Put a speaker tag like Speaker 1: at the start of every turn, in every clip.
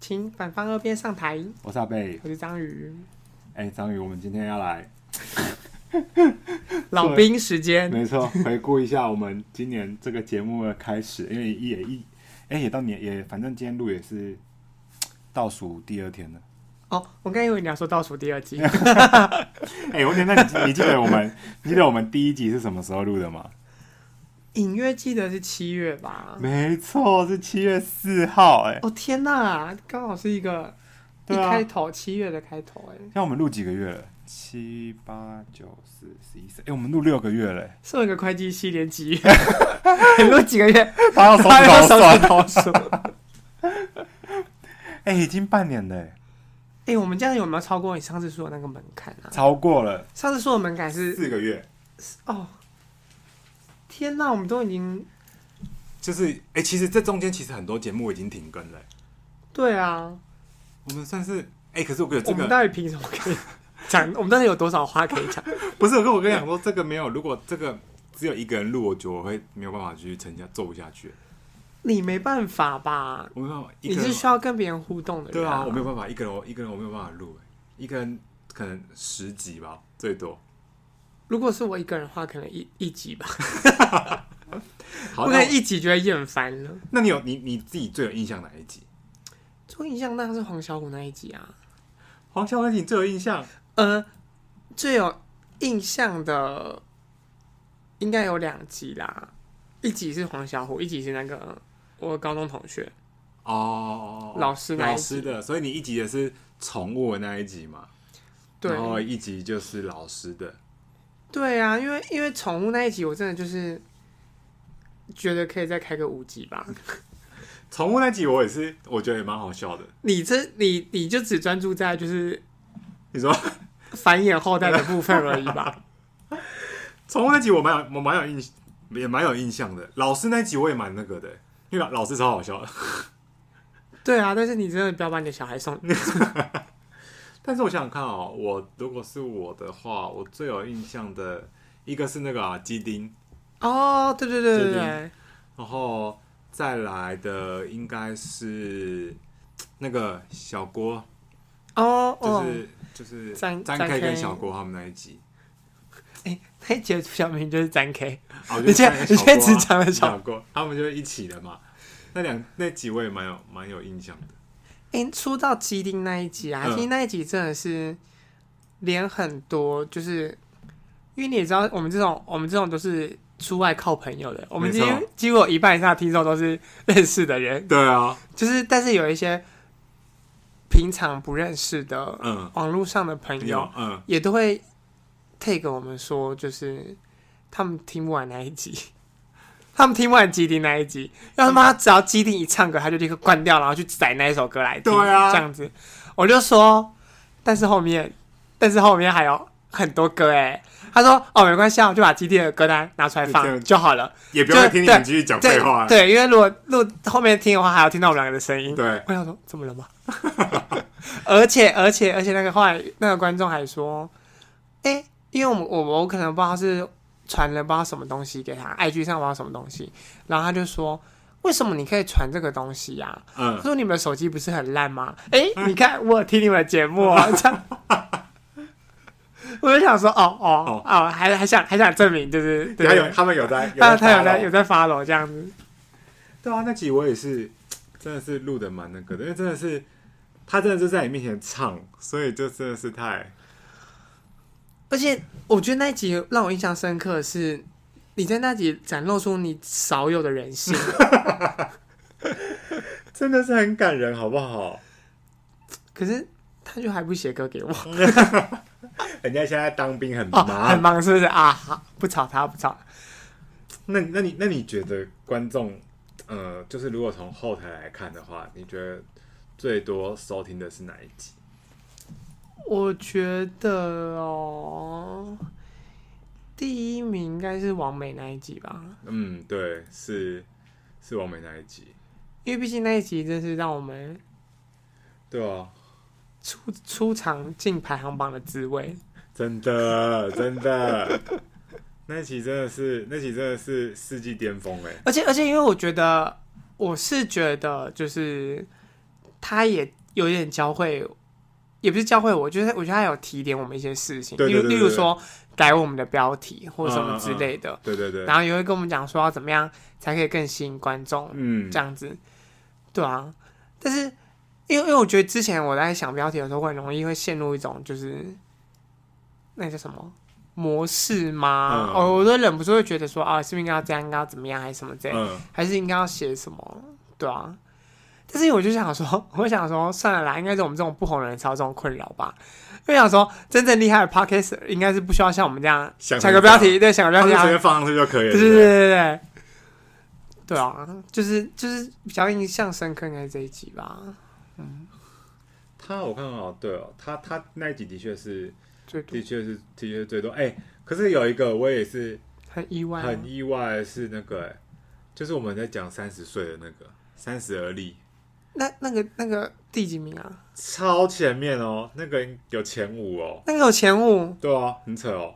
Speaker 1: 请反方二辩上台。
Speaker 2: 我是阿贝。
Speaker 1: 我是章 鱼，
Speaker 2: 哎、章鱼，我们今天要来，
Speaker 1: 老兵时间，
Speaker 2: 没错，回顾一下我们今年这个节目的开始， 因为也一，哎、也到年也，反正今天录也是倒数第二天了。
Speaker 1: 哦，我刚以为你要说倒数第二 季，
Speaker 2: 哎、我我那你你记得我们， 你记得我们第一集是什么时候录的吗？
Speaker 1: 隐约记得是七月吧？
Speaker 2: 没错，是七月四号、哎，
Speaker 1: 哦天哪，刚好是一个一
Speaker 2: 对啊
Speaker 1: 开头七月的开头，哎，
Speaker 2: 像我们录几个月了？七八九十十一十，哎、我们录六个月了、哎
Speaker 1: 上一个会计系连 几月，很多几个月，
Speaker 2: 他要手
Speaker 1: 他要
Speaker 2: 指头
Speaker 1: 手
Speaker 2: 算
Speaker 1: 指，头数。
Speaker 2: 哎、已经半年了、哎
Speaker 1: 哎，我们这样有没有超过你上次说的那个门槛啊？
Speaker 2: 超过了
Speaker 1: 上次说的门槛是
Speaker 2: 四个月。
Speaker 1: 哦，天哪，我们都已经
Speaker 2: 就是哎、欸其实这中间其实很多节目已经停更了、欸
Speaker 1: 对啊，
Speaker 2: 我们算是哎、欸可是我跟你
Speaker 1: 我
Speaker 2: 讲这
Speaker 1: 们
Speaker 2: 个
Speaker 1: 到底凭什么可以讲？我们到底有多少话可以讲？
Speaker 2: 不是，可是我跟你讲说这个没有，如果这个只有一个人录，我觉得我会没有办法继续撑下做不下去。
Speaker 1: 你没办法吧？
Speaker 2: 我没有办法一
Speaker 1: 你
Speaker 2: 个
Speaker 1: 是
Speaker 2: 人，
Speaker 1: 需要跟别人互动的人、
Speaker 2: 对啊，我没有办法一个人，我一个人我没有办法录、欸，一个人可能十集吧，最多。
Speaker 1: 如果是我一个人的话，可能一一集吧，
Speaker 2: 好，
Speaker 1: 我可
Speaker 2: 那
Speaker 1: 能一集就会厌烦了。
Speaker 2: 那你有你你自己最有印象哪一集？
Speaker 1: 最有印象那是黄小琥那一集啊，
Speaker 2: 黄孝文，你最有印象？
Speaker 1: 呃，最有印象的应该有两集啦，一集是黄小琥，一集是那个我高中同学。
Speaker 2: 哦，
Speaker 1: 老师那一集
Speaker 2: 老师的，所以你一集也是宠物的那一集嘛，
Speaker 1: 对
Speaker 2: 然后一集就是老师的，
Speaker 1: 对啊，因为因为宠物那一集，我真的就是觉得可以再开个五集吧。
Speaker 2: 宠物那集我也是，我觉得也蛮好笑的。
Speaker 1: 你这你你就只专注在就是
Speaker 2: 你说
Speaker 1: 繁衍后代的部分而已吧。
Speaker 2: 宠物那集我蛮有我蛮有印也蛮有印象的，老师那集我也蛮那个的，因为老老师超好笑的。
Speaker 1: 对啊，但是你真的不要把你的小孩送。
Speaker 2: 但是我想想看哦，我如果是我的话，我最有印象的一个是那个啊鸡丁，
Speaker 1: 哦，对对对对
Speaker 2: 对
Speaker 1: 对，
Speaker 2: 然后再来的应该是那个小郭，
Speaker 1: 哦
Speaker 2: 就
Speaker 1: 哦，
Speaker 2: 是、就是
Speaker 1: 詹
Speaker 2: 詹
Speaker 1: 詹
Speaker 2: K 跟
Speaker 1: K
Speaker 2: 小郭他们那 一集。
Speaker 1: 那一集的小明就是展 K，
Speaker 2: 啊我就
Speaker 1: 你现
Speaker 2: 看
Speaker 1: 在
Speaker 2: 小
Speaker 1: 你
Speaker 2: 郭啊
Speaker 1: 现在只讲了小
Speaker 2: 小郭，他们就一起的嘛。那两那集我也蛮有蛮有印象的。
Speaker 1: 哎、说到基丁那一集啊，
Speaker 2: 嗯
Speaker 1: 基丁那一集真的是连很多，就是因为你也知道，我们这种我们这种都是出外靠朋友的，我们
Speaker 2: 没
Speaker 1: 几
Speaker 2: 错
Speaker 1: 乎几乎有一半以上的听众都是认识的人，
Speaker 2: 对啊，
Speaker 1: 就是但是有一些平常不认识的
Speaker 2: 嗯，
Speaker 1: 网络上的朋友，
Speaker 2: 有，嗯，
Speaker 1: 也都会 take 我们说，就是他们听不完那一集， 他们听不完基丁那一集，要他妈只要基丁一唱歌，他就立刻关掉，然后去载那一首歌来听，
Speaker 2: 对啊
Speaker 1: 这样子，我就说，但是后面，但是后面还有很多歌哎、他说哦没关系啊，我就把基丁的歌单拿出来
Speaker 2: 就这
Speaker 1: 放
Speaker 2: 样
Speaker 1: 就好了，
Speaker 2: 也不
Speaker 1: 就
Speaker 2: 要再听你
Speaker 1: 对
Speaker 2: 们继续讲废话。
Speaker 1: 对对，因为如果录后面听的话，还要听到我们两个的声音，
Speaker 2: 对，
Speaker 1: 我想说怎么了吗？ 而且而且而且那个后来那个观众还说，哎、因为我们我我可能不知道是传了不知道什么东西给他，IG 上不知道什么东西，然后他就说。为什么你可以传这个东西呀、他
Speaker 2: 嗯，
Speaker 1: 说你们的手机不是很烂吗？哎、你看我有听你们的节目啊， 这样，我就想说，哦哦
Speaker 2: 哦
Speaker 1: 哦，还还想还想证明，就是对
Speaker 2: 他
Speaker 1: 对
Speaker 2: 有他们有在，
Speaker 1: 他他有
Speaker 2: 发
Speaker 1: 在
Speaker 2: 咯
Speaker 1: 有在发了这样子，
Speaker 2: 对啊，那集我也是，真的是录的蛮那个的，因为真的是他真的就在你面前唱，所以就真的是太
Speaker 1: 而且我觉得那一集让我印象深刻的是，你在那集展露出你少有的人性。
Speaker 2: 真的是很感人，好不好？
Speaker 1: 可是他就还不写歌给我，
Speaker 2: 人家现在当兵很
Speaker 1: 哦，
Speaker 2: 忙，
Speaker 1: 很忙是不是啊？好，不吵他，不吵。
Speaker 2: 那那你那你觉得观众，呃，就是如果从后台来看的话，你觉得最多收听的是哪一集？
Speaker 1: 我觉得哦，第一名应该是王美那一集吧，
Speaker 2: 嗯，对，是是王美那一集。
Speaker 1: 因为毕竟那一集真是让我们
Speaker 2: 对啊，
Speaker 1: 出出场进排行榜的滋味。
Speaker 2: 真的真的，那一集真的是那集真的是世纪巅峰哎、
Speaker 1: 而且而且，因为我觉得我是觉得就是他也有点教会，也不是教会我，就是我觉得他有提点我们一些事情，
Speaker 2: 对对对
Speaker 1: 例
Speaker 2: 对
Speaker 1: 如例如
Speaker 2: 对嗯
Speaker 1: 说改我们的标题或什么之类的，
Speaker 2: 对对对，
Speaker 1: 然后也会跟我们讲说要怎么样才可以更吸引观众，
Speaker 2: 嗯
Speaker 1: 这，样子，对啊。但是因为因为我觉得之前我在想标题的时候，会很容易会陷入一种就是那叫什么模式吗？
Speaker 2: 嗯
Speaker 1: 哦，我都忍不住会觉得说啊，是不是应该要这样，应该要怎么样，还是什么之类的，
Speaker 2: 嗯
Speaker 1: 还是应该要写什么？对啊。但是我就想说，我想说，算了啦，应该是我们这种不红的人才有这种困扰吧。因为想说，真正厉害的 podcast 应该是不需要像我们这样
Speaker 2: 想
Speaker 1: 想个标题，对，想个
Speaker 2: 他
Speaker 1: 标题，
Speaker 2: 就
Speaker 1: 然
Speaker 2: 直
Speaker 1: 后
Speaker 2: 接放上去就可以了。
Speaker 1: 对对
Speaker 2: 不
Speaker 1: 对对对，对啊，就是就是比较印象深刻应该是这一集吧，
Speaker 2: 他我看哦，对哦，他他那一集的确是，
Speaker 1: 最多
Speaker 2: 的确是，的确是最多。哎、可是有一个我也是
Speaker 1: 很意外啊，
Speaker 2: 很意外，的是那个、哎就是我们在讲三十岁的那个三十而立，
Speaker 1: 那那个那个第几名啊？
Speaker 2: 超前面哦，那个有前五哦，
Speaker 1: 那个有前五，
Speaker 2: 对啊，很扯哦。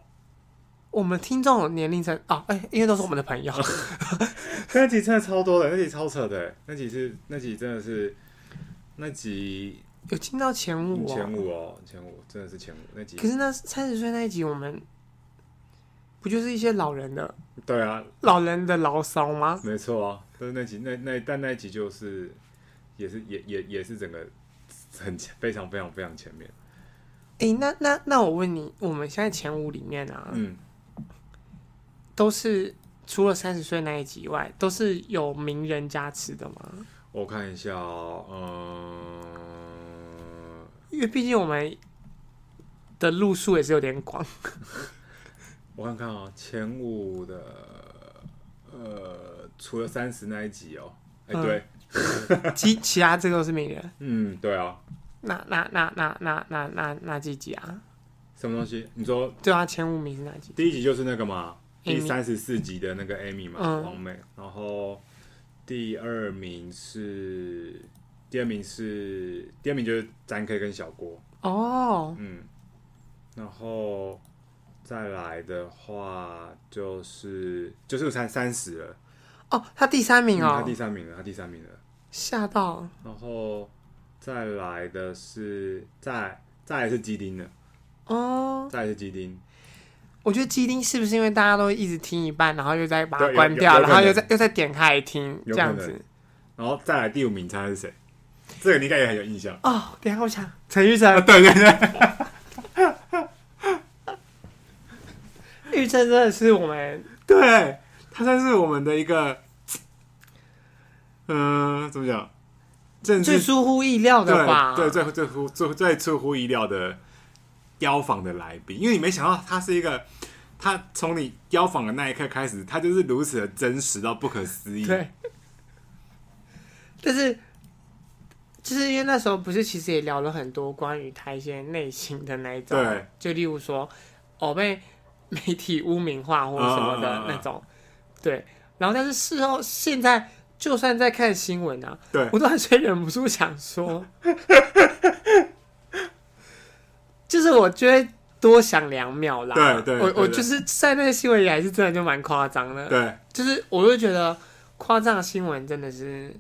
Speaker 1: 我们听众有年龄层啊，哎、因为都是我们的朋 友，
Speaker 2: 那集真的超多的，那集超扯的、哎那集是那集真的是那集
Speaker 1: 有听到前五、哦，
Speaker 2: 前五哦，前五真的是前五那集
Speaker 1: 可，是那三十岁那一集，我们不就是一些老人的
Speaker 2: 对啊，
Speaker 1: 老人的牢骚吗？
Speaker 2: 没错啊，但是那集那那但那集就是也是也也也是整个很前非常非常非常前面，
Speaker 1: 哎、那那那我问你，我们现在前五里面啊，
Speaker 2: 嗯，
Speaker 1: 都是除了三十岁那一集以外，都是有名人加持的吗？
Speaker 2: 我看一下哦，嗯，
Speaker 1: 因为毕竟我们的路数也是有点广，
Speaker 2: 我看看啊、哦，前五的呃，除了三十那一集哦，哎、
Speaker 1: 嗯
Speaker 2: 对，
Speaker 1: 其 其他这个都是名人。
Speaker 2: 嗯，对啊，
Speaker 1: 那那那那那那那那几集啊？
Speaker 2: 什么东西？你说
Speaker 1: 对啊，前五名是哪几集？
Speaker 2: 第一集就是那个嘛，第
Speaker 1: Amy
Speaker 2: 三十四集的那个 Amy 嘛，
Speaker 1: 嗯
Speaker 2: 王美，然后第二名是第二名是第二名就是詹 K 跟小郭，
Speaker 1: 哦，
Speaker 2: 嗯，然后再来的话就是就是三三十了，
Speaker 1: 哦，他第三
Speaker 2: 嗯
Speaker 1: 名
Speaker 2: 他
Speaker 1: 哦
Speaker 2: 第，三名了，他第三名了，
Speaker 1: 吓到！
Speaker 2: 然后再来的是再再来是基丁了，
Speaker 1: 哦，
Speaker 2: 再来是基丁，
Speaker 1: 我觉得基丁是不是因为大家都一直听一半，然后又再把它
Speaker 2: 对有
Speaker 1: 关
Speaker 2: 有
Speaker 1: 掉，
Speaker 2: 有可
Speaker 1: 然后又
Speaker 2: 能
Speaker 1: 再又再点开来听，这
Speaker 2: 有可
Speaker 1: 样
Speaker 2: 能
Speaker 1: 子？
Speaker 2: 然后再来第五名猜是谁？这个你应该也很有印象。啊
Speaker 1: 哦，等一下我想，陈玉成，
Speaker 2: 对对对，
Speaker 1: 玉成真的是我们
Speaker 2: 对，他算是我们的一个，嗯、怎么讲，政
Speaker 1: 最
Speaker 2: 治
Speaker 1: 出乎意料的吧？
Speaker 2: 对对最最乎最最出乎意料的邀访的来宾，因为你没想到他是一个，他从你邀访的那一刻开始，他就是如此的真实到不可思议。
Speaker 1: 对，但是就是因为那时候不是其实也聊了很多关于他一些内心的那一种，
Speaker 2: 对，
Speaker 1: 就例如说哦被 媒体污名化或什么
Speaker 2: 嗯嗯
Speaker 1: 的
Speaker 2: 嗯嗯
Speaker 1: 那种，对，然后但是事后现在就算在看新闻啊，
Speaker 2: 对
Speaker 1: 我都还是忍不住想 说，就是我觉得。多想两秒啦，
Speaker 2: 对对
Speaker 1: 我我
Speaker 2: 对对
Speaker 1: 就是在那个新闻里还是真的就蛮夸张的，
Speaker 2: 对
Speaker 1: 就是我就觉得夸张的新闻真的是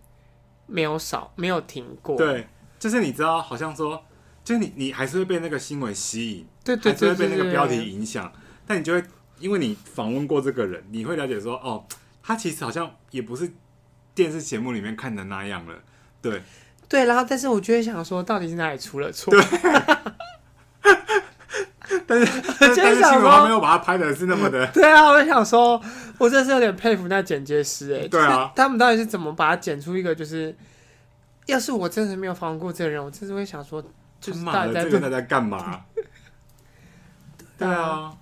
Speaker 1: 没有少，没有停过。
Speaker 2: 对，就是你知道，好像说，就是你你还是会被那个新闻吸引，
Speaker 1: 对对
Speaker 2: 还是
Speaker 1: 对
Speaker 2: 会
Speaker 1: 对
Speaker 2: 被
Speaker 1: 对，
Speaker 2: 那个
Speaker 1: 对
Speaker 2: 标题。影响，但你就会因为你访问过这个人，你会了解说，哦，他其实好像也不是电视节目里面看的那样了。 对，
Speaker 1: 对，然后但是我就会想说，到底是哪里出了错？
Speaker 2: 但是但是
Speaker 1: 就
Speaker 2: 但
Speaker 1: 是
Speaker 2: 是
Speaker 1: 想
Speaker 2: 新闻
Speaker 1: 说
Speaker 2: 他没有把它拍的是那么的，
Speaker 1: 对啊，我就想说，我真的是有点佩服那剪接师哎、
Speaker 2: 对啊，
Speaker 1: 他们到底是怎么把它剪出一个就是，要是我真的没有访问过这个人，我真是会想说， 就
Speaker 2: 他
Speaker 1: 是
Speaker 2: 妈
Speaker 1: 到底
Speaker 2: 的，
Speaker 1: 在
Speaker 2: 这个人在干 嘛？对啊，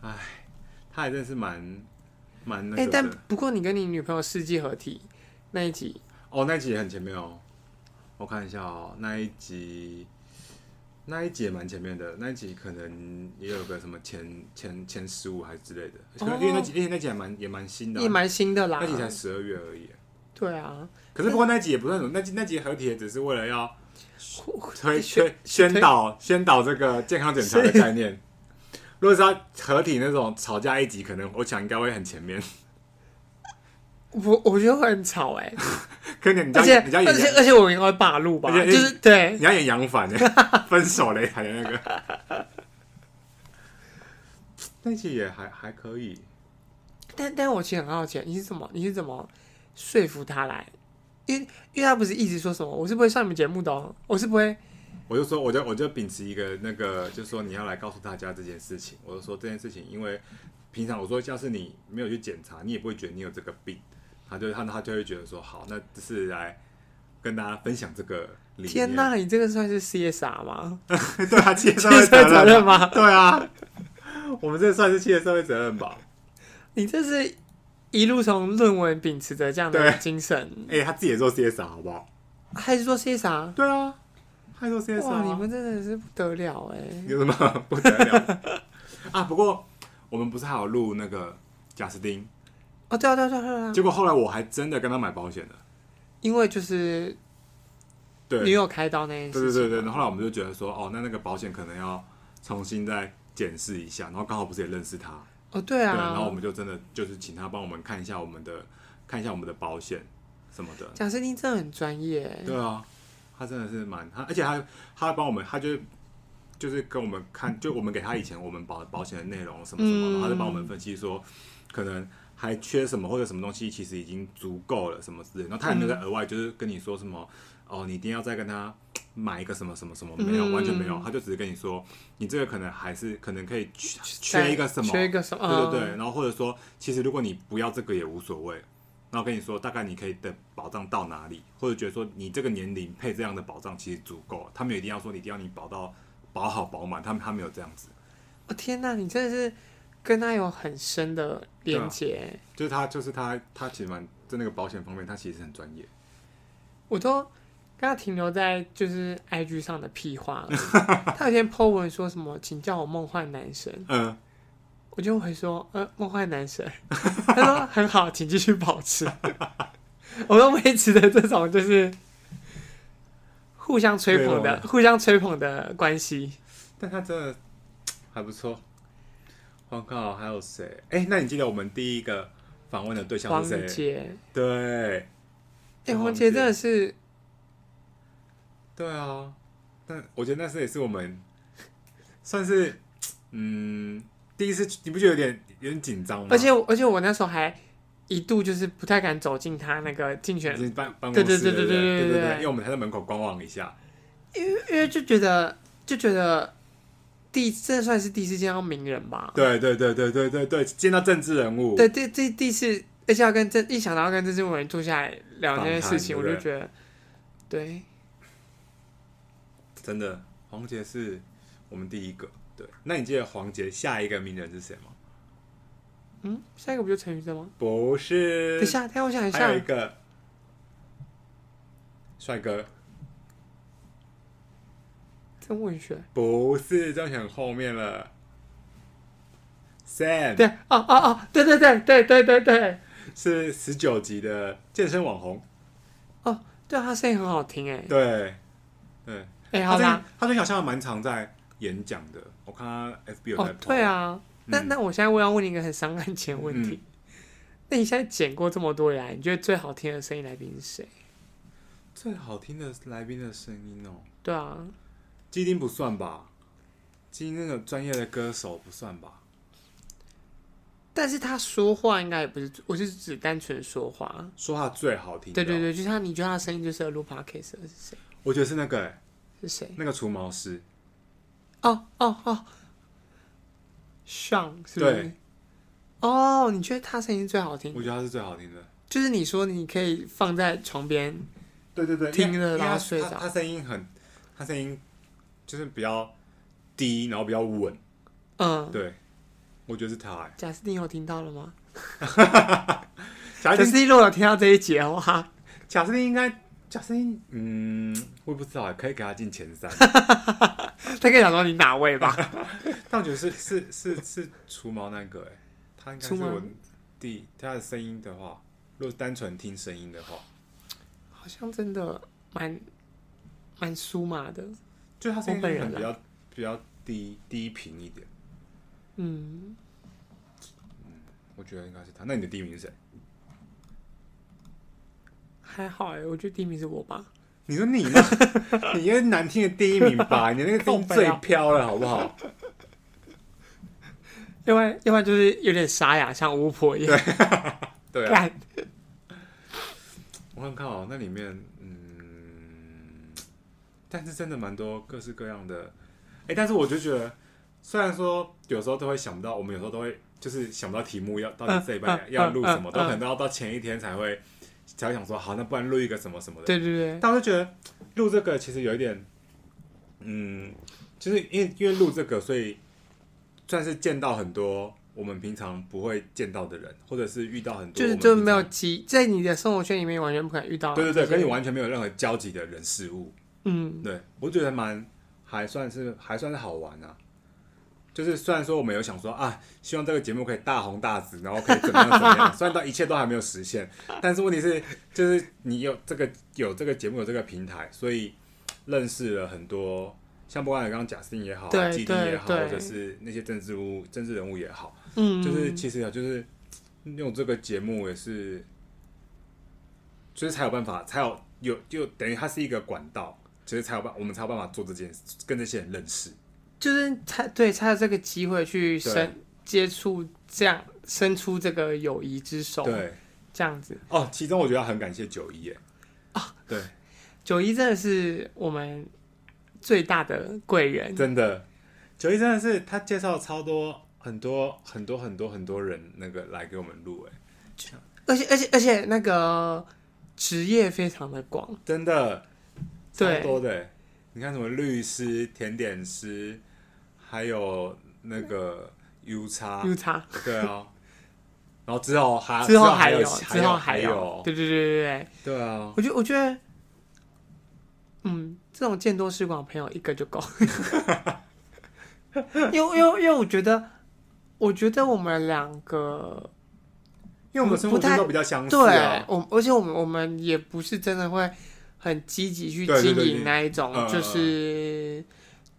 Speaker 2: 哎，他还真是蛮蛮
Speaker 1: 哎、
Speaker 2: 那个
Speaker 1: 但
Speaker 2: 的。
Speaker 1: 不过你跟你女朋友世纪合体那一集，
Speaker 2: 哦，那一集也很前面哦，我看一下哦，那一集那一集也蛮前面的，那一集可能也有个什么前前前十五还是之类的，可能因为那集，因为那集还蛮也蛮新的啊、
Speaker 1: 也哦蛮新的啦
Speaker 2: 那。集才十二月而已。
Speaker 1: 对啊，
Speaker 2: 可是不过那集也不算什么，那集那集合体也只是为 了要推
Speaker 1: 宣
Speaker 2: 推宣导宣导这个健康检查的概念。如果是要合体那种吵架一集，可能我想应该会很前面，
Speaker 1: 我我觉得会很吵哎、
Speaker 2: 可能你
Speaker 1: 而
Speaker 2: 家
Speaker 1: 且
Speaker 2: 你家
Speaker 1: 而且
Speaker 2: 演，
Speaker 1: 而且我应该会霸路吧，
Speaker 2: 而且
Speaker 1: 就是对
Speaker 2: 你，家演杨凡呢，欸 分手嘞还那个，那期也还还可以，
Speaker 1: 但但我其实很好奇，你是怎么你是怎么说服他来？因为因为他不是一直说什么我是不会上你们节目的、哦，我是不会
Speaker 2: 我就说，我就我就秉持一个那个，就说你要来告诉大家这件事情。我就说这件事情，因为平常我说，要是你没有去检查，你也不会觉得你有这个病。他就他他就会觉得说，好，那只是来跟大家分享这个理念。
Speaker 1: 天哪、你这个算是 CSR 吗？
Speaker 2: 对啊，企业社
Speaker 1: 这
Speaker 2: 会
Speaker 1: 是 责
Speaker 2: 责任
Speaker 1: 任
Speaker 2: 吧。
Speaker 1: 吗？
Speaker 2: 对啊，我们这算是企业社会责任吧？
Speaker 1: 你这是一路从论文秉持着这样的
Speaker 2: 对
Speaker 1: 精神，
Speaker 2: 哎、他自己也做 CSR 好不好？
Speaker 1: 还是说 CSR？
Speaker 2: 对啊，他也做 CSR
Speaker 1: 哇，
Speaker 2: 啊。
Speaker 1: 你们真的是不得了哎、
Speaker 2: 有什么 不得了啊？不过我们不是还有录那个贾斯汀？
Speaker 1: 哦，对啊，对啊，对啊，对啊，
Speaker 2: 结果后来我还真的跟他买保险了。
Speaker 1: 因为就是
Speaker 2: 对，
Speaker 1: 女友开刀那件
Speaker 2: 对对
Speaker 1: 事情，
Speaker 2: 对对，然后后来我们就觉得说，哦，那那个保险可能要重新再检视一下，然后刚好不是也认识他，
Speaker 1: 哦，对啊，
Speaker 2: 对，然后我们就真的就是请他帮我们看一下我们的看一下我们的保险什么的，
Speaker 1: 贾斯汀真的很专业欸，
Speaker 2: 对啊，他真的是蛮他，而且他他帮我们，他就就是跟我们看，就我们给他以前我们保保险的内容什么什么，
Speaker 1: 嗯
Speaker 2: 然后他就帮我们分析说，可能还缺什么或者什么东西，其实已经足够了什么之类的。然后他也没有
Speaker 1: 嗯
Speaker 2: 在额外就是跟你说什么、哦，你一定要再跟他买一个什么什么什么，没有，
Speaker 1: 嗯
Speaker 2: 完全没有，他就只是跟你说，你这个可能还是可能可以缺
Speaker 1: 在
Speaker 2: 缺一个什么，
Speaker 1: 嗯缺一个什么，
Speaker 2: 对对对，
Speaker 1: 嗯
Speaker 2: 然后或者说，其实如果你不要这个也无所谓，然后跟你说大概你可以的保障到哪里，或者觉得说你这个年龄配这样的保障其实足够，他们也一定要说你一定要你保到保好保满，他们他没有这样子，
Speaker 1: 哦天哪，你真的是跟他有很深的连接，
Speaker 2: 就是他就是他他其实蛮在那个保险方面他其实很专业，
Speaker 1: 我都跟他停留在就是 IG 上的屁 话而已他有一天 po 文说什么，请叫我梦幻男神，
Speaker 2: 嗯、
Speaker 1: 我就会说，呃，梦幻男神， 他说很好，请继续保 持，我都维持着这种就是。互相吹捧
Speaker 2: 对
Speaker 1: 的，互相吹捧的关系。
Speaker 2: 但他真的还不错。黄浩还有谁？哎、那你记得我们第一个访问的对象
Speaker 1: 王
Speaker 2: 是谁？
Speaker 1: 杰，
Speaker 2: 对，
Speaker 1: 哎、
Speaker 2: 王
Speaker 1: 王杰
Speaker 2: 杰
Speaker 1: 真的是
Speaker 2: 对啊，但我觉得那次也是我们算是嗯第一次，你不觉得有点有点紧张吗？
Speaker 1: 而且而且我那时候还一度就是不太敢走进他那个竞选
Speaker 2: 已，经办办公
Speaker 1: 对
Speaker 2: 室
Speaker 1: 对对
Speaker 2: 对
Speaker 1: 对
Speaker 2: 对
Speaker 1: 对对
Speaker 2: 对
Speaker 1: 对
Speaker 2: 因为我们还在门口观望一下。
Speaker 1: 因为因为就觉得就觉得第这算是第一次见到名人吧？
Speaker 2: 对对对对对对对，见到政治人物，
Speaker 1: 对，第第第一次，而且要跟郑一想到要跟郑志文坐下来聊这件事情，
Speaker 2: 访
Speaker 1: 我
Speaker 2: 谈
Speaker 1: 就觉得对，
Speaker 2: 真的，黄杰是我们第一个。对，那你记得黄杰下一个名人是谁吗？
Speaker 1: 嗯，下一个不就陈宇正吗？
Speaker 2: 不是，
Speaker 1: 等一下，等一下我想一
Speaker 2: 还有一
Speaker 1: 下，
Speaker 2: 个帅哥，
Speaker 1: 曾文学，
Speaker 2: 不是，这样很后面了。Sam，
Speaker 1: 对，哦哦哦，对对对对对对对，
Speaker 2: 是十九集的健身网红，
Speaker 1: 对他声音很好听哎，
Speaker 2: 对，对，
Speaker 1: 哎，
Speaker 2: 他
Speaker 1: 好
Speaker 2: 最
Speaker 1: 啦
Speaker 2: 近，他最近好像蛮常在演讲的，我看他 FB 有在
Speaker 1: 哦
Speaker 2: po
Speaker 1: 对，啊，那
Speaker 2: 嗯
Speaker 1: 那我现在我要问你一个很伤感情的问题，那你现在剪过这么多以来，你觉得最好听的声音来宾是谁？
Speaker 2: 最好听的来宾的声音哦，
Speaker 1: 对啊，
Speaker 2: 基丁不算吧，基丁那个专业的歌手不算吧，
Speaker 1: 但是他说话应该也不是，我是指单纯说话。
Speaker 2: 说话最好听，哦
Speaker 1: 对对，对，就是他，你觉得他的声音就是录 podcast 的是谁？
Speaker 2: 我觉得是那个、欸、
Speaker 1: 是谁？
Speaker 2: 那个除毛师，
Speaker 1: 哦哦哦，上是不是
Speaker 2: 对？
Speaker 1: 哦，你觉得他声音最好听？
Speaker 2: 我觉得他是最好听的，
Speaker 1: 就是你说你可以放在床边，
Speaker 2: 对对对，因为
Speaker 1: 听了
Speaker 2: 因为
Speaker 1: 然后
Speaker 2: 他
Speaker 1: 睡着
Speaker 2: 他他声音很，他声音就是比较低，然后比较稳，
Speaker 1: 嗯，
Speaker 2: 对，我觉得是他、 欸，
Speaker 1: 贾斯汀有听到了吗？
Speaker 2: 小
Speaker 1: 贾
Speaker 2: 孩子
Speaker 1: 斯汀如果有听到这一集的话，
Speaker 2: 贾斯汀应该，贾斯汀，嗯，我也不知道，可以给他进前 三，
Speaker 1: 他可以讲说你哪位吧？
Speaker 2: 但我觉得是是是是除毛那个、哎，他应该是
Speaker 1: 除毛
Speaker 2: 我第他的声音的话，如果是单纯听声音的
Speaker 1: 哦
Speaker 2: 话，
Speaker 1: 好像真的蛮蛮酥麻的，
Speaker 2: 就他声音
Speaker 1: 我本
Speaker 2: 可
Speaker 1: 人啊
Speaker 2: 能
Speaker 1: 啦
Speaker 2: 比较比较低低频一点，嗯
Speaker 1: 嗯，
Speaker 2: 我觉得应该是他。那你的第一名是谁？
Speaker 1: 还好哎、我觉得第一名是我吧。
Speaker 2: 你说你吗？ 你应该是难听的第一名吧？你那个
Speaker 1: 靠
Speaker 2: 地
Speaker 1: 北
Speaker 2: 最
Speaker 1: 啊
Speaker 2: 飘了，好不好？
Speaker 1: 另外，另外就是有点沙哑，像巫婆一样。
Speaker 2: 对啊，
Speaker 1: 干，
Speaker 2: 我看看哦，那里面，嗯，但是真的蛮多各式各样的，哎、但是我就觉得，虽然说有时候都会想不到，我们有时候都会就是想不到题目要到底这一半
Speaker 1: 嗯嗯
Speaker 2: 要录什么，
Speaker 1: 嗯
Speaker 2: 都可能
Speaker 1: 嗯
Speaker 2: 都要到前一天才会才会想说，好，那不然录一个什么什么的。
Speaker 1: 对对对，
Speaker 2: 但我就觉得录这个其实有一点，嗯，就是因为因为录这个，所以算是见到很多我们平常不会见到的人，或者是遇到很多
Speaker 1: 就是
Speaker 2: 我们
Speaker 1: 就
Speaker 2: 平
Speaker 1: 没有
Speaker 2: 常
Speaker 1: 机，在你的生活圈里面完全不可能遇到。
Speaker 2: 对对对，跟你
Speaker 1: 玩。
Speaker 2: 完全没有任何交集的人事物。
Speaker 1: 嗯，
Speaker 2: 对我觉得蛮还算是还算是好玩啊。就是虽然说我们有想说啊，希望这个节目可以大红大紫，然后可以怎么样怎么样， 虽然到一切都还没有实现，但是问题是，就是你有这个有这个节目有这个平台，所以认识了很多，像不管你刚刚贾斯汀也好啊，
Speaker 1: 对
Speaker 2: 基丁也好，
Speaker 1: 对
Speaker 2: 或
Speaker 1: 对
Speaker 2: 者是那些政治物政治人物也好，
Speaker 1: 嗯，
Speaker 2: 就是其实啊，就是用这个节目也是，就是才有办法，才有有就等于它是一个管道，其实才有办，我们才有办法做这件事，跟这些人认识。
Speaker 1: 就是才对才有这个机会去
Speaker 2: 对
Speaker 1: 伸接触，这样伸出这个友谊之手，
Speaker 2: 对，
Speaker 1: 这样子。
Speaker 2: 哦，其中我觉得很感谢九一耶，啊，对，
Speaker 1: 九一真的是我们最大的贵人，
Speaker 2: 真的，九一真的是他介绍超多很多很多很多很多人那个来给我们录，哎，
Speaker 1: 而且而且而且那个职业非常的广，
Speaker 2: 真的，
Speaker 1: 对
Speaker 2: 超多的耶。你看什么律师、甜点师，还有那个 U 叉
Speaker 1: 又差。
Speaker 2: 对啊，然后啊之后还
Speaker 1: 之后
Speaker 2: 还
Speaker 1: 有，
Speaker 2: 还
Speaker 1: 之后还
Speaker 2: 有，
Speaker 1: 对对对对对，
Speaker 2: 对啊，
Speaker 1: 我觉得我觉得，嗯，这种见多识广的朋友一个就够， 因为因为因为我觉得，我觉得我们两个，
Speaker 2: 因为我们生活
Speaker 1: 不太
Speaker 2: 圈都比较相似
Speaker 1: 对
Speaker 2: 啊，
Speaker 1: 我而且我们我们也不是真的会很积极去
Speaker 2: 对对
Speaker 1: 经
Speaker 2: 对
Speaker 1: 营
Speaker 2: 你
Speaker 1: 那一种，
Speaker 2: 嗯嗯嗯嗯
Speaker 1: 就是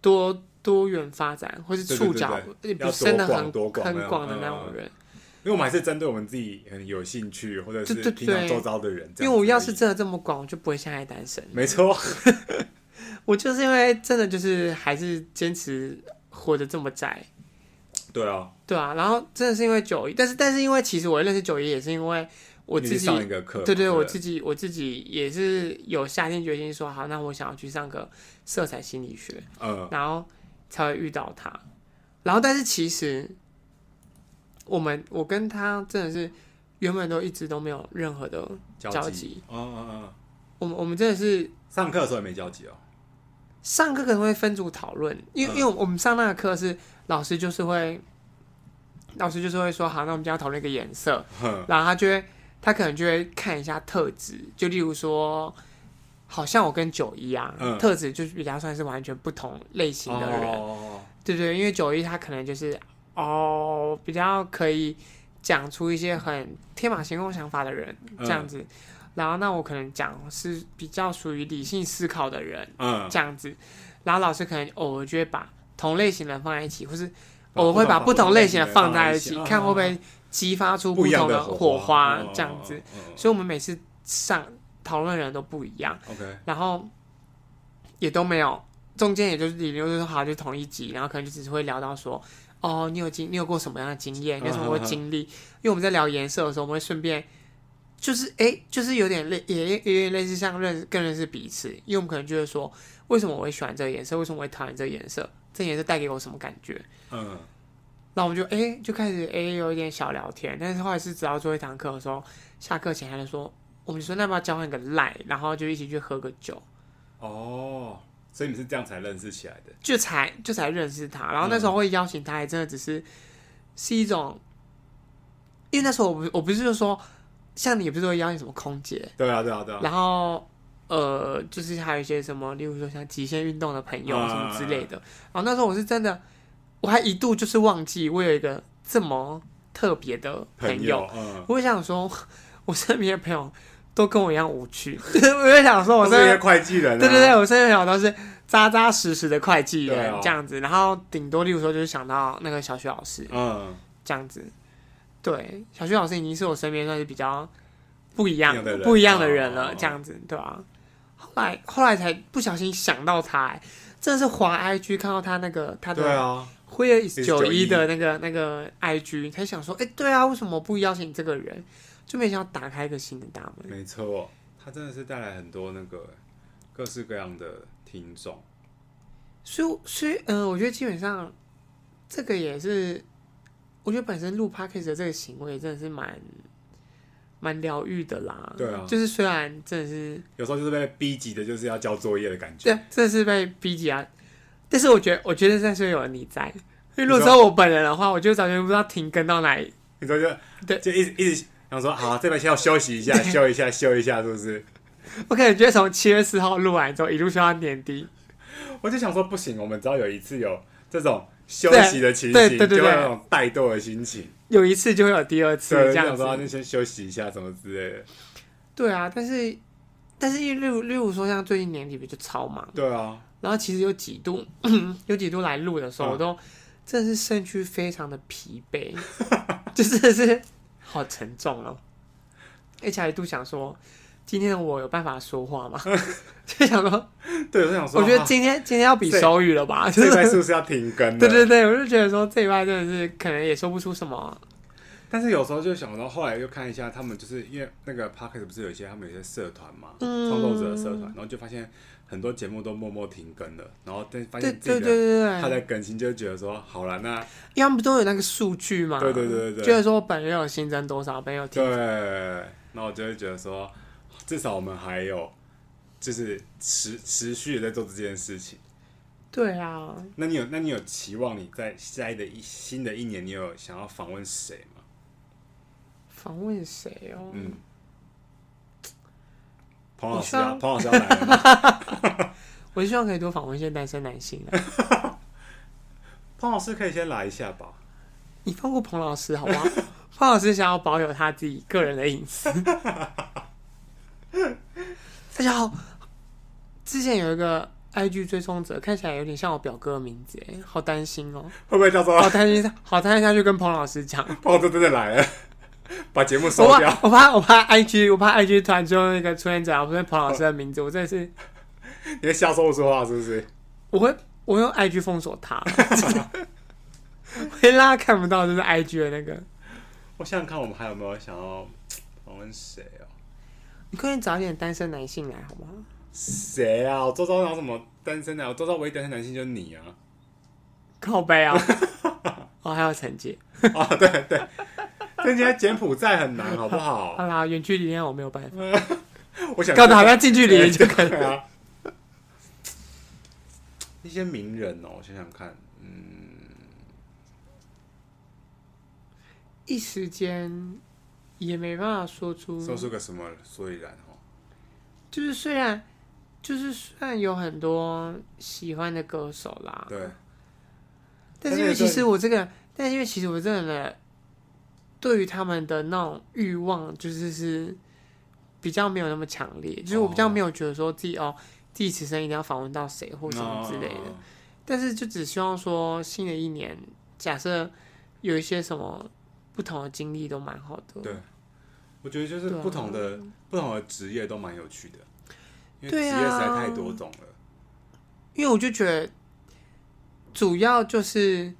Speaker 1: 多多元发展或是
Speaker 2: 对对
Speaker 1: 触
Speaker 2: 对
Speaker 1: 角
Speaker 2: 对
Speaker 1: 也不
Speaker 2: 要
Speaker 1: 是真的
Speaker 2: 多广
Speaker 1: 很
Speaker 2: 多广那
Speaker 1: 很
Speaker 2: 样
Speaker 1: 广的那
Speaker 2: 嗯
Speaker 1: 种
Speaker 2: 嗯
Speaker 1: 人。
Speaker 2: 因为我们还是针对我们自己很有兴趣或者是
Speaker 1: 对对
Speaker 2: 平常
Speaker 1: 对
Speaker 2: 周遭的人
Speaker 1: 因
Speaker 2: 这样子而已，嗯
Speaker 1: 为我要是真的这么广，我就不会现在单身。
Speaker 2: 没错，
Speaker 1: 我就是因为真的就是还是坚持活得这么窄，
Speaker 2: 对啊，
Speaker 1: 对啊，然后真的是因为九一，但是但是因为其实我认识九一也是因为我
Speaker 2: 你
Speaker 1: 自
Speaker 2: 去
Speaker 1: 己，
Speaker 2: 上一个课嘛，
Speaker 1: 对对，
Speaker 2: 对，
Speaker 1: 我自己我自己也是有下定决心说好，那我想要去上个色彩心理学，
Speaker 2: 嗯，
Speaker 1: 然后才会遇到他，然后但是其实我们我跟他真的是原本都一直都没有任何的，交
Speaker 2: 集
Speaker 1: 集，
Speaker 2: 嗯嗯嗯
Speaker 1: 我们我们真的是
Speaker 2: 嗯，上课的时候也没交集哦，
Speaker 1: 上课可能会分组讨论，因为、
Speaker 2: 嗯
Speaker 1: 因为我们上那个课是老师就是会，老师就是会说好，那我们今天要讨论一个颜色，
Speaker 2: 哼，
Speaker 1: 然后他就会他可能就会看一下特质，就例如说，好像我跟九一啊，
Speaker 2: 嗯
Speaker 1: 特质就是比较算是完全不同类型的人，
Speaker 2: 哦，
Speaker 1: 对对，因为九一他可能就是哦比较可以讲出一些很天马行空想法的人这样子，然后那我可能讲是比较属于理性思考的人。
Speaker 2: 嗯，
Speaker 1: 这样子，然后老师可能偶尔就会把同类型的放在一起，或是
Speaker 2: 把
Speaker 1: 偶尔会把
Speaker 2: 不
Speaker 1: 不
Speaker 2: 同
Speaker 1: 同
Speaker 2: 类
Speaker 1: 类
Speaker 2: 型
Speaker 1: 型
Speaker 2: 的
Speaker 1: 的
Speaker 2: 放
Speaker 1: 放
Speaker 2: 在
Speaker 1: 在
Speaker 2: 一
Speaker 1: 一
Speaker 2: 起
Speaker 1: 起，看会不会激发出
Speaker 2: 不一样
Speaker 1: 同
Speaker 2: 的
Speaker 1: 的火
Speaker 2: 花
Speaker 1: 这样子。
Speaker 2: 嗯
Speaker 1: 所以我们每次上讨论的人都不一样，
Speaker 2: 嗯嗯
Speaker 1: 然后也都没有中间，也就是理论就是说好就同一集，然后可能就只是会聊到说。哦，你有经你有过什么样的经验？你有嗯什么过经历？因为我们在聊颜色的时候，我们会顺便就是哎、诶就是有点类，也也有点类似像认识更认识彼此，因为我们可能就会说，为什么我会喜欢这个颜色？为什么我会讨厌这个颜色？这个颜色带给我什么感觉？
Speaker 2: 嗯，
Speaker 1: 然后我们就哎、诶就开始哎、诶有一点小聊天，但是后来是直到最后一堂课的时候，下课前他就说，哦我们就说那要不要交换个赖，然后就一起去喝个酒，
Speaker 2: 哦，所以你是这样才认识起来的，
Speaker 1: 就才就才认识他，然后那时候会邀请他，也真的只是是一种，因为那时候我不我不是就说，像你不是会邀请什么空姐，
Speaker 2: 对啊对啊对啊，
Speaker 1: 然后呃，就是还有一些什么，例如说像极限运动的朋友
Speaker 2: 啊
Speaker 1: 什么之类的。然后那时候我是真的，我还一度就是忘记我有一个这么特别的朋友，
Speaker 2: 友，嗯，
Speaker 1: 我会想说， 我身边的朋友都跟我一样无趣， 我就想说我
Speaker 2: 我
Speaker 1: 身
Speaker 2: 是一
Speaker 1: 边
Speaker 2: 个。会计人，啊
Speaker 1: 对对对，，我身边的朋友都是扎扎实实的会计
Speaker 2: 对
Speaker 1: 人
Speaker 2: 啊
Speaker 1: 这样子，然后顶多例如说就是想到那个小学老师
Speaker 2: 嗯，
Speaker 1: 这样子，对，小学老师已经是我身边算是比较不一样
Speaker 2: 一样的人
Speaker 1: 不一样的人
Speaker 2: 哦哦
Speaker 1: 了，
Speaker 2: 哦
Speaker 1: 这样子对吧、后来后来才不小心想到他、欸，真的是滑 IG 看到他那个他
Speaker 2: 对
Speaker 1: 的
Speaker 2: 啊，
Speaker 1: Where is 91
Speaker 2: 91
Speaker 1: 的那个那个 IG，才想说，哎、对啊，为什么不邀请这个人？就没想到打开一个新的大门。
Speaker 2: 没错，他真的是带来很多那个各式各样的听众。
Speaker 1: 所以，所以，嗯、我觉得基本上这个也是，我觉得本身录 podcast 的这个行为真的是蛮蛮疗愈的啦。
Speaker 2: 对啊
Speaker 1: 就是虽然真的是，
Speaker 2: 有时候就是被逼急的，就是要交作业的感觉
Speaker 1: 对。，啊真的是被逼急啊。但是我觉得，我觉得在是有了你在，因为如果
Speaker 2: 你
Speaker 1: 只
Speaker 2: 说
Speaker 1: 有我本人的话，我就早就不知道停更到哪里。
Speaker 2: 你说就
Speaker 1: 对
Speaker 2: 就一直一直想说，好，这边先要休息一下，休一下，休一下，是不是？
Speaker 1: 我感觉从七月四号录完之后，一路休到年底。
Speaker 2: 我就想说，不行，我们只要有一次有这种休息的情
Speaker 1: 对
Speaker 2: 形，
Speaker 1: 对对对
Speaker 2: 就会有那种怠惰的心情，
Speaker 1: 有一次就会有第二次
Speaker 2: 对，就
Speaker 1: 这样
Speaker 2: 想说啊
Speaker 1: 子。
Speaker 2: 那先休息一下，什么之类的。
Speaker 1: 对啊，但是但是因为例如例如说像最近年底不就超忙，
Speaker 2: 对啊，
Speaker 1: 然后其实有几度 有几度来录的时候，
Speaker 2: 嗯
Speaker 1: 我都真的是身躯非常的疲 惫，就真的是好沉重哦。而且还一度想说，今天的我有办法说话 吗？就想说，
Speaker 2: 对，我就想说，
Speaker 1: 我觉得
Speaker 2: 啊
Speaker 1: 今天今天要比
Speaker 2: 这
Speaker 1: 手语了吧？就
Speaker 2: 这
Speaker 1: 是
Speaker 2: 块是不是要停更了？
Speaker 1: 对对对，我就觉得说这一拜真的是可能也说不出什么。
Speaker 2: 但是有时候就想到，后来又看一下他们，就是因为那个 p o c k e t 不是有一些他们有一些社团嘛，
Speaker 1: 嗯
Speaker 2: 创作者的社团，然后就发现很多节目都默默停更了，然后但发
Speaker 1: 对
Speaker 2: 现
Speaker 1: 对
Speaker 2: 自
Speaker 1: 对
Speaker 2: 己的
Speaker 1: 对
Speaker 2: 他
Speaker 1: 对，
Speaker 2: 在更新，就觉得说好了，那
Speaker 1: 因为他们不都有那个数据嘛？
Speaker 2: 对对对对对
Speaker 1: 就是说本月有新增多少，本月有停
Speaker 2: 对，那我就会觉得说，至少我们还有就是持持续的在做这件事情。
Speaker 1: 对啊，
Speaker 2: 那你有那你有期望你在下一的一新的一年，你有想要访问谁吗？
Speaker 1: 访问谁哦？
Speaker 2: 嗯，彭老师
Speaker 1: 我希
Speaker 2: 啊，
Speaker 1: 望
Speaker 2: 彭老师要来了吗？
Speaker 1: 我希望可以多访问一些单身男性啊。
Speaker 2: 彭老师可以先来一下吧。
Speaker 1: 你放过彭老师好不好？ 彭老师想要保有他自己个人的隐私。 大家好，之前有一个 IG 追踪者，看起来有点像我表哥的名字，哎，好担心哦，
Speaker 2: 会不会到时候
Speaker 1: 好担心他，好担心他去跟彭老师讲。
Speaker 2: 胖子真的来了， 把节目
Speaker 1: 我
Speaker 2: 收掉
Speaker 1: 怕，我怕，我怕 IG，我怕 IG 突然最后那个出现者，然后出现彭老师的名字，我真的是，
Speaker 2: 你会瞎说不出话是不是？
Speaker 1: 我会，我用 IG 封锁他， 我会让他看不到，就是 IG 的那个。
Speaker 2: 我想想看，我们还有没有想要访问谁哦？
Speaker 1: 你快点找一点单身男性来好不好？
Speaker 2: 谁啊？我周遭哪有什么单身啊的？我周遭唯一单身男性就是你啊！
Speaker 1: 靠背 啊！哦，还有陈杰，
Speaker 2: 啊，对对，但现在柬埔寨很难，好不 好？
Speaker 1: 好啦，远距离恋爱我没有办法，
Speaker 2: 我想
Speaker 1: 搞得好像近距离就可以。
Speaker 2: 对啊。一些名人哦，我想想看，嗯，
Speaker 1: 一时间也没办法说出，
Speaker 2: 说出个什么所以然哦。
Speaker 1: 就是虽然就是虽然有很多喜欢的歌手啦，
Speaker 2: 对，
Speaker 1: 但是因为其实我这个，但是因为其实我这个人对于他们的那种欲望，就是是比较没有那么强烈，就是我比较
Speaker 2: 哦
Speaker 1: 没有觉得说自己哦，自己此生一定要访问到谁或什么之类的。
Speaker 2: 哦
Speaker 1: 但是就只希望说，新的一年，假设有一些什么不同的经历都蛮好的。
Speaker 2: 对我觉得就是
Speaker 1: 对啊
Speaker 2: 不同的、不同的职业都蛮有趣的，因为职
Speaker 1: 对
Speaker 2: 业
Speaker 1: 啊
Speaker 2: 实在太多种了。
Speaker 1: 因为我就觉得，主要就是，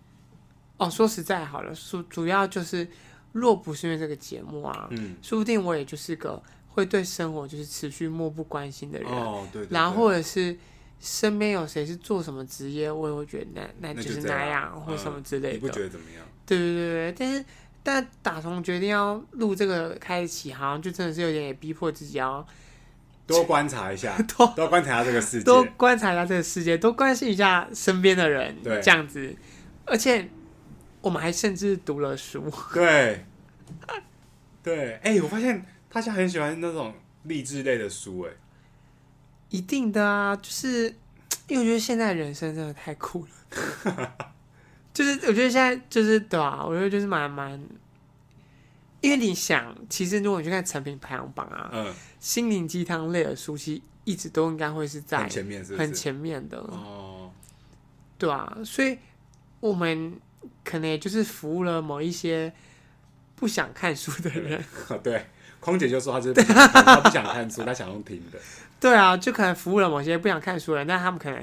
Speaker 1: 哦，说实在好了，主主要就是，若不是因为这个节目啊，
Speaker 2: 嗯，
Speaker 1: 说不定我也就是个会对生活就是持续漠不关心的人，
Speaker 2: 哦，对对
Speaker 1: 啊然后或者是。身边有谁是做什么职业，我也会觉得那那
Speaker 2: 那
Speaker 1: 就
Speaker 2: 就是这样
Speaker 1: 那样，或
Speaker 2: 嗯
Speaker 1: 什么之
Speaker 2: 对
Speaker 1: 类
Speaker 2: 你
Speaker 1: 的。
Speaker 2: 不觉得怎么样？
Speaker 1: 对对对对，但是但打从决定要录这个开启，好像就真的是有点也逼迫自己要
Speaker 2: 多观察一下，
Speaker 1: 多
Speaker 2: 多观察一下这个世界。
Speaker 1: 多观察一下这个世界，多关心一下身边的人，
Speaker 2: 对
Speaker 1: 这样子。而且我们还甚至读了书，
Speaker 2: 对，对，哎、我发现他现在很喜欢那种励志类的书、哎，
Speaker 1: 一定的啊，就是因为我觉得现在人生真的太酷了， 就是我觉得现在就是对吧、我觉得就是蛮蛮。因为你想，其实如果你去看成品排行榜啊，
Speaker 2: 嗯，
Speaker 1: 心灵鸡汤类的书其实一直都应该会是在
Speaker 2: 很前面是不是？
Speaker 1: 很前面的，
Speaker 2: 哦，
Speaker 1: 对啊，所以我们可能也就是服务了某一些不想看书的人，
Speaker 2: 对，空姐就说她就是不想看她不想看书，她想用听的。
Speaker 1: 对啊，就可能服务了某些不想看书的人，但他们可能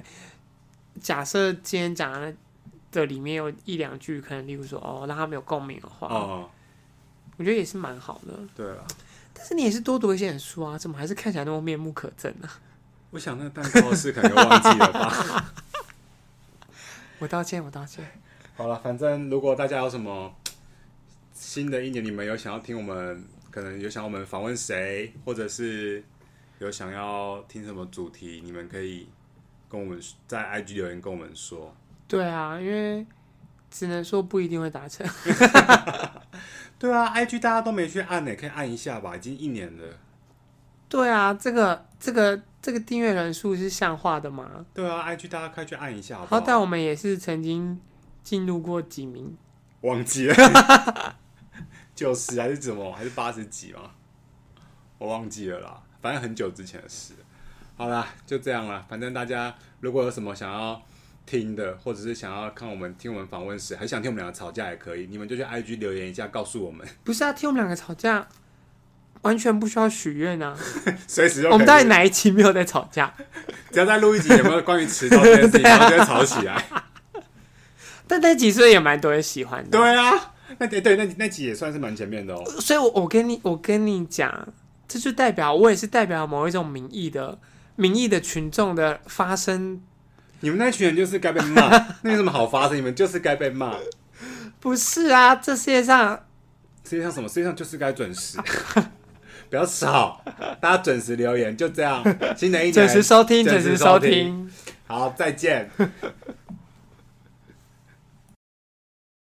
Speaker 1: 假设今天讲的的里面有一两句，可能例如说 哦，让他们有共鸣的话，
Speaker 2: 哦，
Speaker 1: 我觉得也是蛮好的。
Speaker 2: 对啊了，
Speaker 1: 但是你也是多读一些点书啊，怎么还是看起来那么面目可憎啊呢、
Speaker 2: 我想那个蛋糕的事可能又忘记了吧。
Speaker 1: 我道歉，我道歉。
Speaker 2: 好了，反正如果大家有什么新的一年，你们有想要听我们，可能有想要我们访问谁，或者是有想要听什么主题，你们可以跟我们在 IG 留言跟我们说。
Speaker 1: 对啊，因为只能说不一定会达成。
Speaker 2: 对啊，IG 大家都没去按欸呢、可以按一下吧，已经一年了。
Speaker 1: 对啊，这个这个这个订阅人数是像话的吗？
Speaker 2: 对啊，IG 大家快去按一下好不
Speaker 1: 好
Speaker 2: 好？
Speaker 1: 歹我们也是曾经进入过几名，
Speaker 2: 忘记了， 九十还是怎么，还是八十几吗？我忘记了啦，反正很久之前的事。好啦，就这样啦。反正大家如果有什么想要听的，或者是想要看我们听我们访问时，还想听我们两个吵架也可以，你们就去 IG 留言一下，告诉我们，
Speaker 1: 不是啊？听我们两个吵架，完全不需要许愿啊！
Speaker 2: 随时就
Speaker 1: 我
Speaker 2: 可
Speaker 1: 们到底
Speaker 2: 以。
Speaker 1: 哪一期没有在吵架？
Speaker 2: 只要再录一集，有没有关于迟到这件事情，然后就会吵起 来。
Speaker 1: 但那集是不是也蛮多人喜欢的？
Speaker 2: 对啊，那对那那集也算是蛮前面的哦。
Speaker 1: 所以我，我跟你我跟你讲，这就代表我也是代表某一种民意的民意的群众的发声，
Speaker 2: 你们那群人就是该被骂，那有什么好发生？你们就是该被骂。
Speaker 1: 不是啊？这世界上
Speaker 2: 世界上什么？世界上就是该准时， 不要吵，大家准时留言，就这样。新的一年，
Speaker 1: 准时收听，准
Speaker 2: 准
Speaker 1: 时
Speaker 2: 时
Speaker 1: 收
Speaker 2: 收
Speaker 1: 听。
Speaker 2: 好，再见。